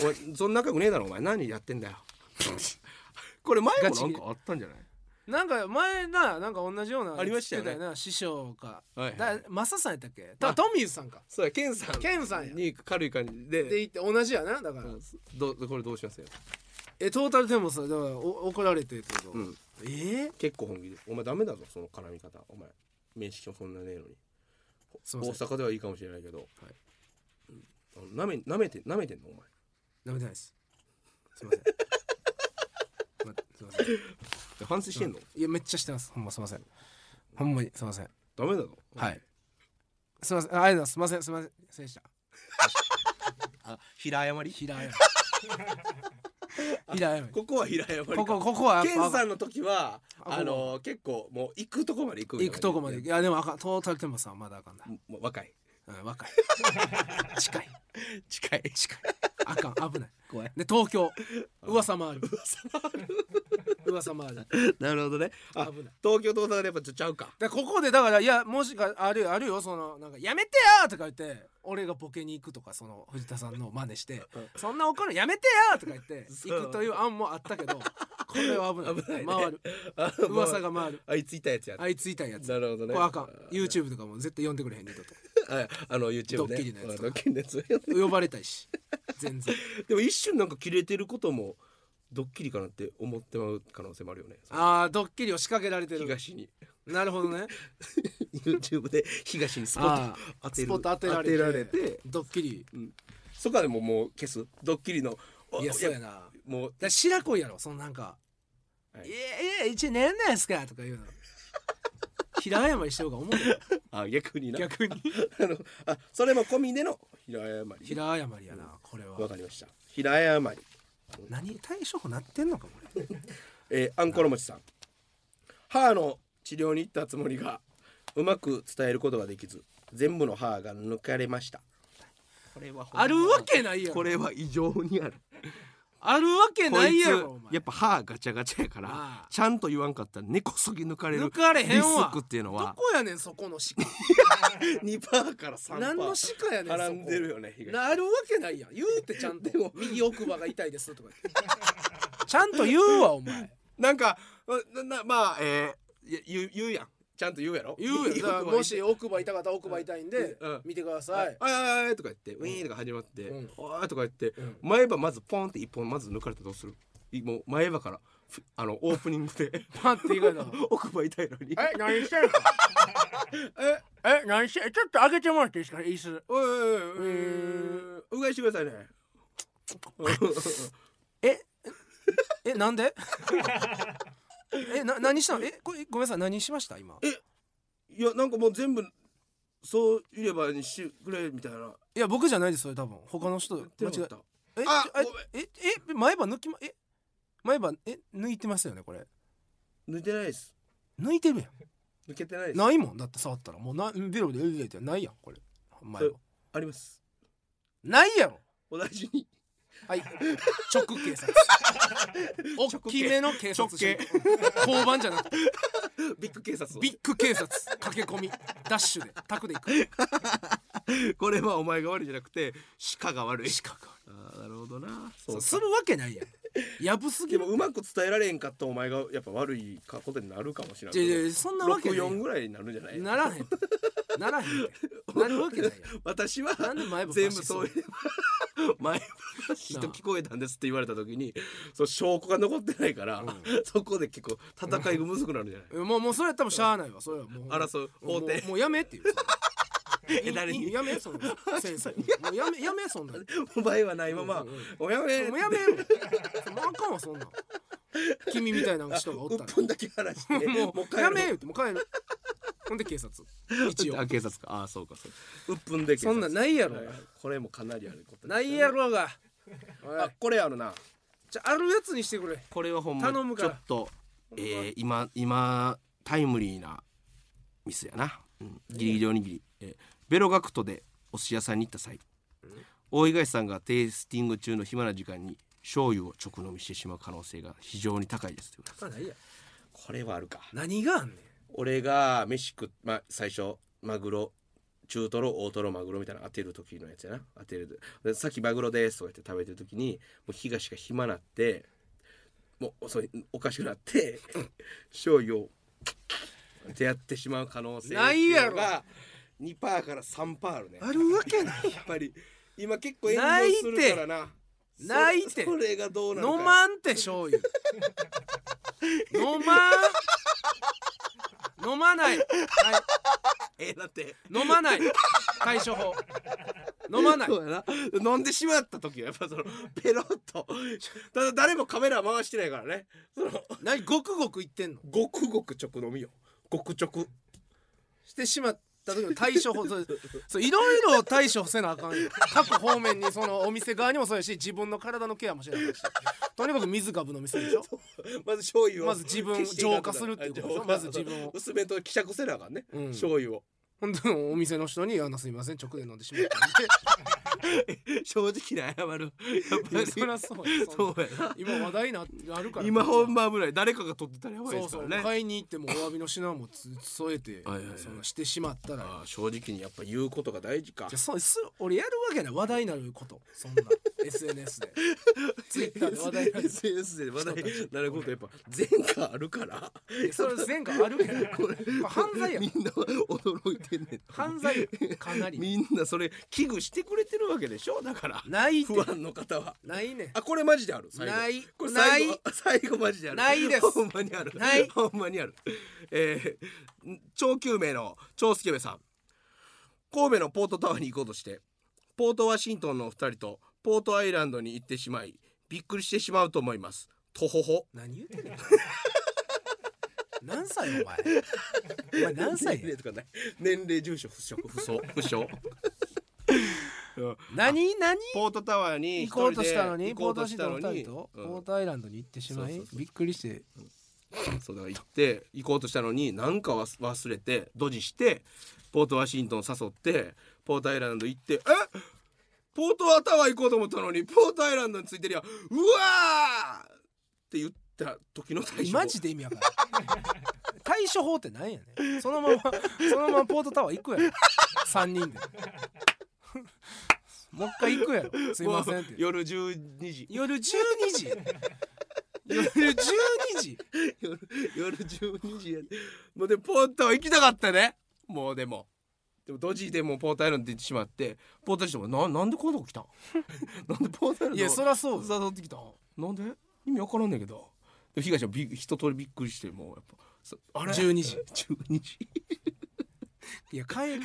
A: お前そんな仲良くねえだろお前何やってんだよ」 [LAUGHS] これ前もなんかあったんじゃない
B: なんか前ななんか同じような
A: ありましたよね
B: 言ってな師匠か、
A: はいはい
B: だマサさんやったっけたトミーズさんか
A: そうやケンさん
B: ケンさんや
A: に軽い感じ
B: で
A: で
B: 言って同じやなだから、
A: どうこれどうしますよ
B: えトータルでもさだからお怒られてってこと、
A: うん
B: えー、
A: 結構本気で「お前ダメだぞその絡み方お前面識もそんなねえのに
B: す
A: 大
B: いません
A: 阪ではいいかもしれないけど
B: はい
A: うんなめなめてなめてんのお前
B: ダメじゃないですすいません [LAUGHS] ませんすいません
A: 反省してんの
B: いやめっちゃしてますほんますいませんほんまにすいません
A: ダメだぞ
B: はいすいませんあありがとうございますすいませんすいません失礼した
A: あ平謝り
B: 平謝り平謝り
A: [LAUGHS] ここは平謝りか
B: ここここはやっ
A: ケン
B: ぱ
A: さんの時は
B: あ
A: あの結構もう行くとこまで行くんや
B: 行くとこまで行くいやでもあかんトータルでもさまだあかんな、
A: もう若い
B: うん、若い [LAUGHS] 近い
A: 近い近い
B: あかん危ない怖いで東京噂もある噂もある噂もある
A: なるほどねあ
B: 危ない
A: 東京と大阪でやっぱちょっとちゃうか
B: でここでだからいやもしかあるよあるよそのなんか「やめてよ!」とか言って俺がボケに行くとかその藤田さんの真似して「そんな怒るのやめてよ!」とか言って
A: そう
B: 行くという案もあったけどこれは危ない
A: 危ないね
B: 回る
A: あ
B: 噂が回る
A: あいついたやつや
B: あいついたやつ
A: なるほどね
B: これあかん YouTube とかも絶対呼んでくれへんねと
A: はいあの YouTube
B: ド
A: ね
B: ッキリのやつ
A: ドッキリのやつ
B: 呼ばれたいし全然
A: でも一瞬なんか切れてることもドッキリかなって思ってまう可能性もあるよね
B: ああドッキリを仕掛けられてる
A: 東に
B: なるほどね
A: YouTube で東にスポッ
B: あ
A: ト当
B: あ
A: て
B: ス
A: る
B: ポット当てられて
A: て
B: ドッキリ
A: そこはでももう消すドッキリのお
B: いやそうやなだか
A: もう
B: ら白子やろそのなんか「
A: はい
B: いやいや一応寝んないっすか」とか言うの [LAUGHS] 平謝りしようが思うよ
A: あ逆にな
B: 逆
A: [LAUGHS]
B: に
A: あのあそれも込みでの平謝り
B: 平謝りやなこれ
A: わ
B: は
A: かりました平謝り
B: 何対処法なってんのかこれ
A: えー、アンコロモチさん歯の治療に行ったつもりがうまく伝えることができず全部の歯が抜かれましたこれは
B: あるわけないやろ
A: れは異常にある
B: あるわけないやろお
A: こい
B: 前
A: つやっぱ歯ガチャガチャや
B: あ
A: か
B: あ
A: らちゃんと言わんかったら根こそぎ抜かれる
B: 抜かれへんわ
A: リスクっていうの
B: ど
A: は
B: こやねんそこの歯科
A: 2パーから3
B: 何の歯科やねんそこ
A: 絡んでるよね東
B: なるわけないやん言うてちゃんと右奥歯が痛いですとか言って [LAUGHS] ちゃんと言うわお前
A: なんかななまあえー、い言う言うやんちゃんと言うやろ
B: 言うよだからもし
A: よ
B: 奥歯痛かったら奥歯痛いんで
A: うん
B: 見てくだ
A: は
B: さ
A: い
B: い、
A: あいあいあいとか言ってウィーンとか始まって、
B: うん
A: おーいとか言って、
B: ん
A: 前歯まずポンって一本まず抜かれたらどうするいもう前歯からふあのオープニングで
B: パンって言うから
A: 奥歯痛いのに
B: [LAUGHS] え何してるの [LAUGHS] ええ何してちょっと上げてもらっていいですか椅子
A: おいおいおいおいうがいしてくださいね
B: ええなんで [LAUGHS] えな何したのえこれごめんなさい何しました今
A: いやなんかもう全部そういればにしてくれみたいない
B: や僕じゃないですそれ多分他の人間
A: 間
B: 違
A: 違
B: え
A: った
B: え
A: あ
B: ちょえ
A: ごめん
B: ええ前歯抜きまえ前歯え抜いてますよねこれ
A: 抜いてないです
B: 抜いてるやん
A: 抜けてないです
B: ないもんだって触ったらもうなベロでええってないやんこれ前は
A: そあります
B: ないやろ
A: お大事に [LAUGHS]
B: はい直警察大きめの警察
A: 直
B: 交番じゃなくて
A: ビッグ警察
B: ビッグ警察駆け込みダッシュでタクで行く
A: これはお前が悪いじゃなくて鹿が悪い
B: 鹿が
A: あーなるほどなそ
B: そううするわけないやんやぶすぎ
A: でも
B: る
A: うまく伝えられへんかったお前がやっぱ悪いかことになるかもしれない
B: いやいやそんなわけないや
A: 64
B: ん
A: ぐらいになるんじゃない
B: ならへんならへんってなるわけないやん
A: [LAUGHS] 私は
B: なんで前歯
A: 全部そうい
B: パシ
A: えば前話と聞こえたんですって言われた時にそう証拠が残ってないから、そこで結構戦いがむずくなるんじゃない、
B: もうもうそれは多分しゃあないわそれはもう
A: 争う法廷
B: もうもうやめっていう
A: [LAUGHS] え誰に
B: やめそんな先生もうやめやめそんなも
A: お前はないままおやめ
B: うやめもうあかんわそんなん君みたいな人がおっ
A: うった
B: ら
A: ぷんだけ話して
B: も
A: もう帰
B: う
A: る
B: やめ言ってもう帰るほんで警察一応
A: あ警察かあそうかそううっぷんで警
B: そ
A: 察
B: んなんないやろ
A: はいこれもかなりあることですよ
B: な
A: ね
B: いやろがおい
A: あこれあるな
B: じゃああるやつにしてくれ
A: これはほんま
B: 頼むから
A: ちょっと、えー、今今タイムリーなミスやな、うん、ギリギリおにぎり、えーベロガクトでお寿司屋さんに行った際、大東さんがテイスティング中の暇な時間に醤油を直飲みしてしまう可能性が非常に高いですということです
B: あないや
A: これはあるか
B: 何があんねん
A: 俺が飯食っ、まあ、最初マグロ中トロ大トロマグロみたいなの当てる時のやつやな当てるでさっきマグロですとか言って食べてる時にもう東が暇なってもうそれおかしくなって [LAUGHS] 醤油をってやってしまう可能性
B: ないやろ
A: が2パーから3パーあるねや
B: あるわけない
A: っぱり今結構炎上するからな
B: ないって
A: そそれがどうなるか
B: 飲まんって醤油飲まん飲まない、はい、
A: えーだって
B: 飲まない対処法飲まない
A: そうやな飲んでしまった時はやっぱそのペロッとただ誰もカメラ回してないからねその
B: 何ごくごく言ってんの
A: ごくごく直飲みよごく直
B: してしまった時の対処法そうそういろいろ対処せなあかんよ各方面にそのお店側にもそうやし自分の体のケアもしなあかんしとにかく水株の店でしょ
A: まず醤油を
B: まず自分を
A: 消していかな
B: 浄化するっていうことでしょ
A: 浄化
B: まず自分を
A: 薄めと希釈せなあかんね、
B: うん
A: 醤油を
B: 本当にお店の人に「あのすいません直で飲んでしまったんで
A: 正直に謝るやっ」
B: い
A: [LAUGHS]
B: やそりゃそうやそんな
A: そうやな
B: 今話題になあるから
A: 今ほんま危ない誰かが撮ってたらやばい
B: そ
A: で
B: う
A: す
B: そ
A: か
B: う、
A: らね
B: 買いに行ってもお詫びの品もつ添えて
A: はいはいはい
B: そのしてしまったら
A: ああ正直にやっぱ言うことが大事か
B: じゃあそうす俺やるわけない話題になることそ
A: [LAUGHS]
B: んな SNS でツイッターで話題になる
A: SNS で話題になることやっぱ前科あるから
B: いやそれ前科あるやんこれ犯罪やん
A: みんな驚いてんねん
B: 犯罪やんかなり
A: [LAUGHS] みんなそれ危惧してくれてるわけでしょだから
B: ないって
A: 不安の方は
B: ないねん
A: あこれマジである最後
B: ない
A: これ最
B: な
A: 後
B: い
A: [LAUGHS] 最後マジである
B: ないです
A: ほんまにある
B: ない
A: ほんまにあるえー、ん超救命の超スケベさん神戸のポートタワーに行こうとしてポートワシントンのお二人とポートアイランドに行ってしまいびっくりしてしまうと思いますとほほ
B: 何言ってんねん何歳
A: [LAUGHS]
B: お前お前何歳や
A: 年齢とかない年齢住所不詳不詳不詳うん
B: 何何
A: ポートタワーに
B: 行こうとしたのに
A: 行こ
B: ポ
A: う
B: ート
A: と
B: シー
A: した
B: ト
A: の
B: の2
A: に
B: 人とポ
A: うん
B: ートアイランドに行ってしまい
A: そうそうそう
B: びっくりして
A: そうだから行って行こうとしたのに何かわす忘れてドジしてポートワシントン誘ってポートアイランド行ってえポートワタワー行こうと思ったのにポートアイランドについてりゃうわーって言った時の対処
B: マジで意味わからん
A: [LAUGHS]
B: 対処法ってなんやねんそのままそのままポートタワー行くやろ3人で [LAUGHS] もう一回行くやろすいませんっ
A: もう
B: て
A: 夜12時
B: 夜12時夜12時
A: 夜 [LAUGHS] 夜12時やもうでもポートは行きたかったねもうでもでもドジでもポートアイランド行ってしまってポートアイランドもななんでこんなとこ来たん [LAUGHS] なんでポートアイランド
B: いやそらそう
A: 誘ってきたんなんで意味わからんねんけどで東はび一通りびっくりしてもうやっぱそあれ
B: 12時
A: [LAUGHS] 12時
B: いや帰 [LAUGHS] る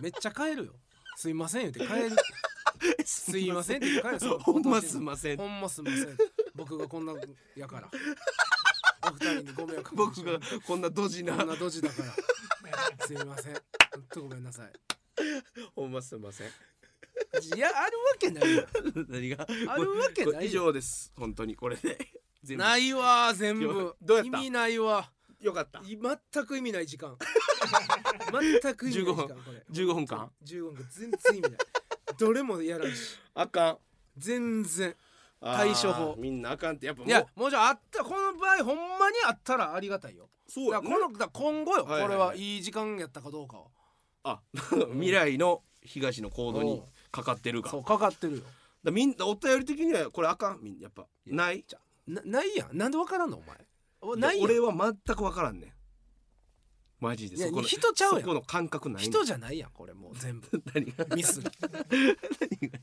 B: めっちゃ帰るよすいません言って帰 [LAUGHS] るすいませんって言って帰るその
A: [LAUGHS] ほんますいません
B: ほんますいません僕がこんなや [LAUGHS] からお二人にご迷惑かけてし
A: 僕
B: まい
A: がこんなドジな
B: こんなドジだ [LAUGHS] から。すいません。ほんとごめんなさい。
A: ほんますいません
B: いや、あるわけないよ。
A: 何が
B: あるわけないよ
A: これ以上です本当にこれで全部
B: ないわ、全部。
A: どうやった
B: 意味ないわ。
A: よかった
B: い全く意味ない時 [LAUGHS] 間。全く意味ない時間、これ。
A: 15 15分間
B: 15分間、全然意味
A: [LAUGHS]
B: ない。どれもやらんし。
A: あかん
B: 全然。
A: あ
B: 対
A: ー
B: 処法
A: みんなあかんってやっぱもう
B: いや、もうじゃあ、あった、この場合、ほんまにあったらありがたいよ。
A: そう
B: だか
A: や
B: らこの、だから今後よ、こ
A: はいはい
B: れ
A: はい
B: はいい時間やったかどうかは。
A: あ未来の東の行動
B: うん
A: にかかってるか
B: そ
A: ら
B: う、かかってるよ。
A: だみんなお便り的にはこれあかんみんなやっぱない
B: じゃな、ないやん。なんでわからんの、お前お。ないやん
A: 俺は全く分からんねんマジで
B: いや
A: そこの
B: 人ちゃうやん
A: そこの感覚ないねん
B: 人じゃないやん、これもう全部。
A: [LAUGHS] 何が
B: ミス人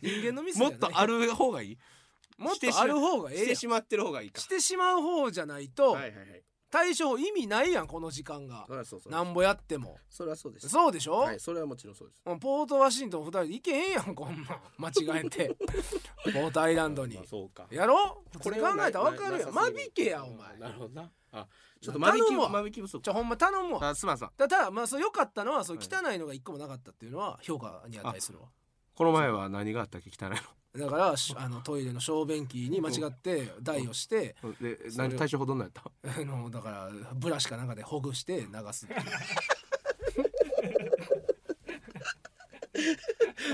B: 間のミスじゃ
A: も
B: な
A: っ
B: い
A: とある方がいい
B: もっとある方がええ
A: し
B: や
A: て
B: んし
A: しまってる方がいいか
B: てしまう方じゃないと、
A: はいはいはい
B: 対処法意味ないやんこの時間が
A: そりゃそうそう
B: なんぼやっても
A: そりゃそうです
B: そうでしょ、
A: はいそれはもちろんそうです
B: うんポートワシントン2人で行けへんやんこ [LAUGHS] んなん間違えてポートアイランドに
A: まあそうか
B: やろこれ考
A: はな
B: えたら分かるや
A: なんな
B: 間
A: さ
B: 引
A: すぎる
B: けやお前
A: なるほどなあちょっと
B: 頼
A: 間
B: む
A: 引き
B: わ
A: 間引き不足
B: じゃほんま頼むわ
A: あすまんさん
B: ただまあそう良かったのはそう
A: はい
B: 汚いのが一個もなかったっていうのは評価に値するわ
A: この前は何があったっけ汚い
B: だからしあのトイレの小便器に間違って台をして [LAUGHS]
A: ので
B: それ
A: 何対処法どんなんやった
B: あのだからブラシかなんかでほぐして流すっていう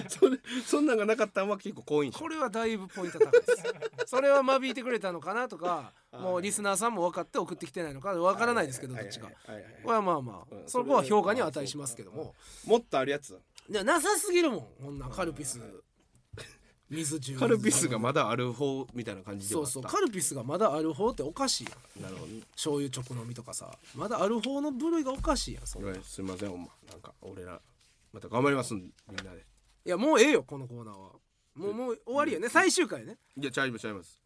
A: それそんなんがなかったんは結構好印象
B: これはだいぶポイント高いです [LAUGHS] それは間引いてくれたのかなとかもうリスナーさんも分かって送ってきてないのか分からないですけどどっちか
A: はいはいはいはい
B: これはまあまあ
A: うん
B: そこは評価には値しますけども
A: もっとあるやつ
B: でなさすぎるもんこんなんカルピス水中
A: カルピスがまだある方みたいな感じで
B: そう
A: はあった
B: そうカルピスがまだある方っておかしいやん
A: なるほどね
B: 醤油直飲みとかさまだある方の部類がおかしいやんそんな
A: ごめんすいませんほんまなんか俺らまた頑張りますみんなで
B: いやもうええよこのコーナーはもうもう終わりよね最終回ね
A: いやちゃいますちゃいます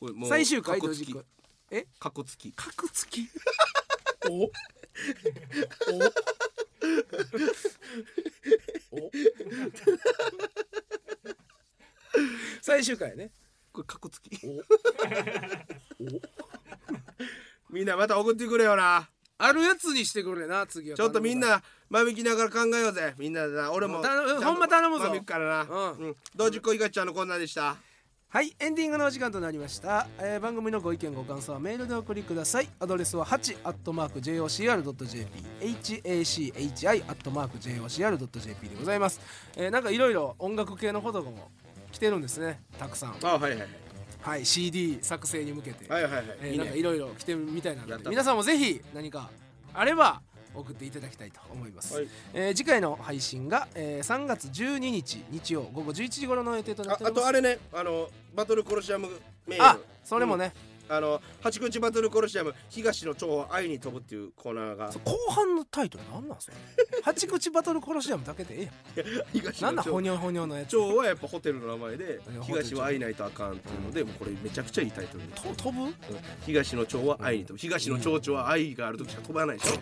A: これもう
B: 最終回
A: カ
B: ド
A: ッコ
B: ジ
A: つき
B: ックえ
A: カッコつき
B: 角付きおお
A: [LAUGHS]
B: お最終回ね
A: これカッコつ [LAUGHS] きみんなまた送ってくれよな
B: あるやつにしてくれな次は
A: ちょっとみん
B: 頼
A: な間引きながら考えようぜみんなでな俺
B: も
A: も
B: う頼む
A: ちゃと
B: ほんま頼むぞ
A: 間引くからな
B: うん
A: うんどうじっこいがちゃんのコーナーでした
B: はいエンディングのお時間となりました、えー番組のご意見ご感想はメールでお送りくださいアドレスは 8-jocr.jp hachi-jocr.jp でございます、えーなんかいろいろ音楽系のことも来てるんですねたくさん
A: あはいはい
B: はい CD 作成に向けて、
A: はいはいは
B: え
A: い
B: ー
A: いい
B: なんか
A: ね
B: いろいろ来てるみたいなの
A: やっ
B: で
A: た
B: 皆さんもぜひ何かあれば送っていただきたいと思います、
A: はい
B: えー次回の配信が、えー3月12日日曜午後11時頃の予定とな
A: あ
B: っており
A: あ
B: ます
A: とあれねあのバトルコロシアムメー
B: あ
A: ル
B: それもね、
A: あの八口バトルコロシアム東の蝶は愛に飛ぶっていうコーナーが
B: そ後半のタイトルなんなんそれ [LAUGHS] 八口バトルコロシアムだけでええやん
A: 東
B: なん
A: の
B: だほ
A: 蝶
B: にょほにょのやつ
A: 蝶はやっぱホテルの名前で
B: いや
A: 東は愛ないとあかんっていうのでもうこれめちゃくちゃいいタイトルです
B: と飛ぶ
A: 東の蝶は愛に飛ぶ東の蝶々は愛があるときしか飛ばないでしょ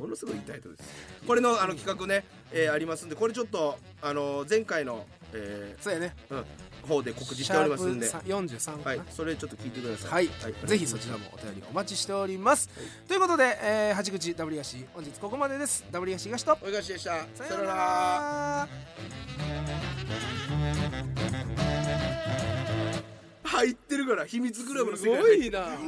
A: ものすごいいいタイトルですこれのあの企画ね、えーありますんでこれちょっとあの前回の、え
B: そうやね
A: ーうん、方で告知しておりますんで
B: シャープ43か
A: はい
B: な、
A: それちょっと聞いてくださ
B: はいい、ぜひそちらもお便りお待ちしております、ということで、えー、八口ダブリガシ本日ここまでですダブリガシ東と
A: おいしでした
B: さようなら
A: 入ってるから秘密クラブの世界
B: な
A: うわー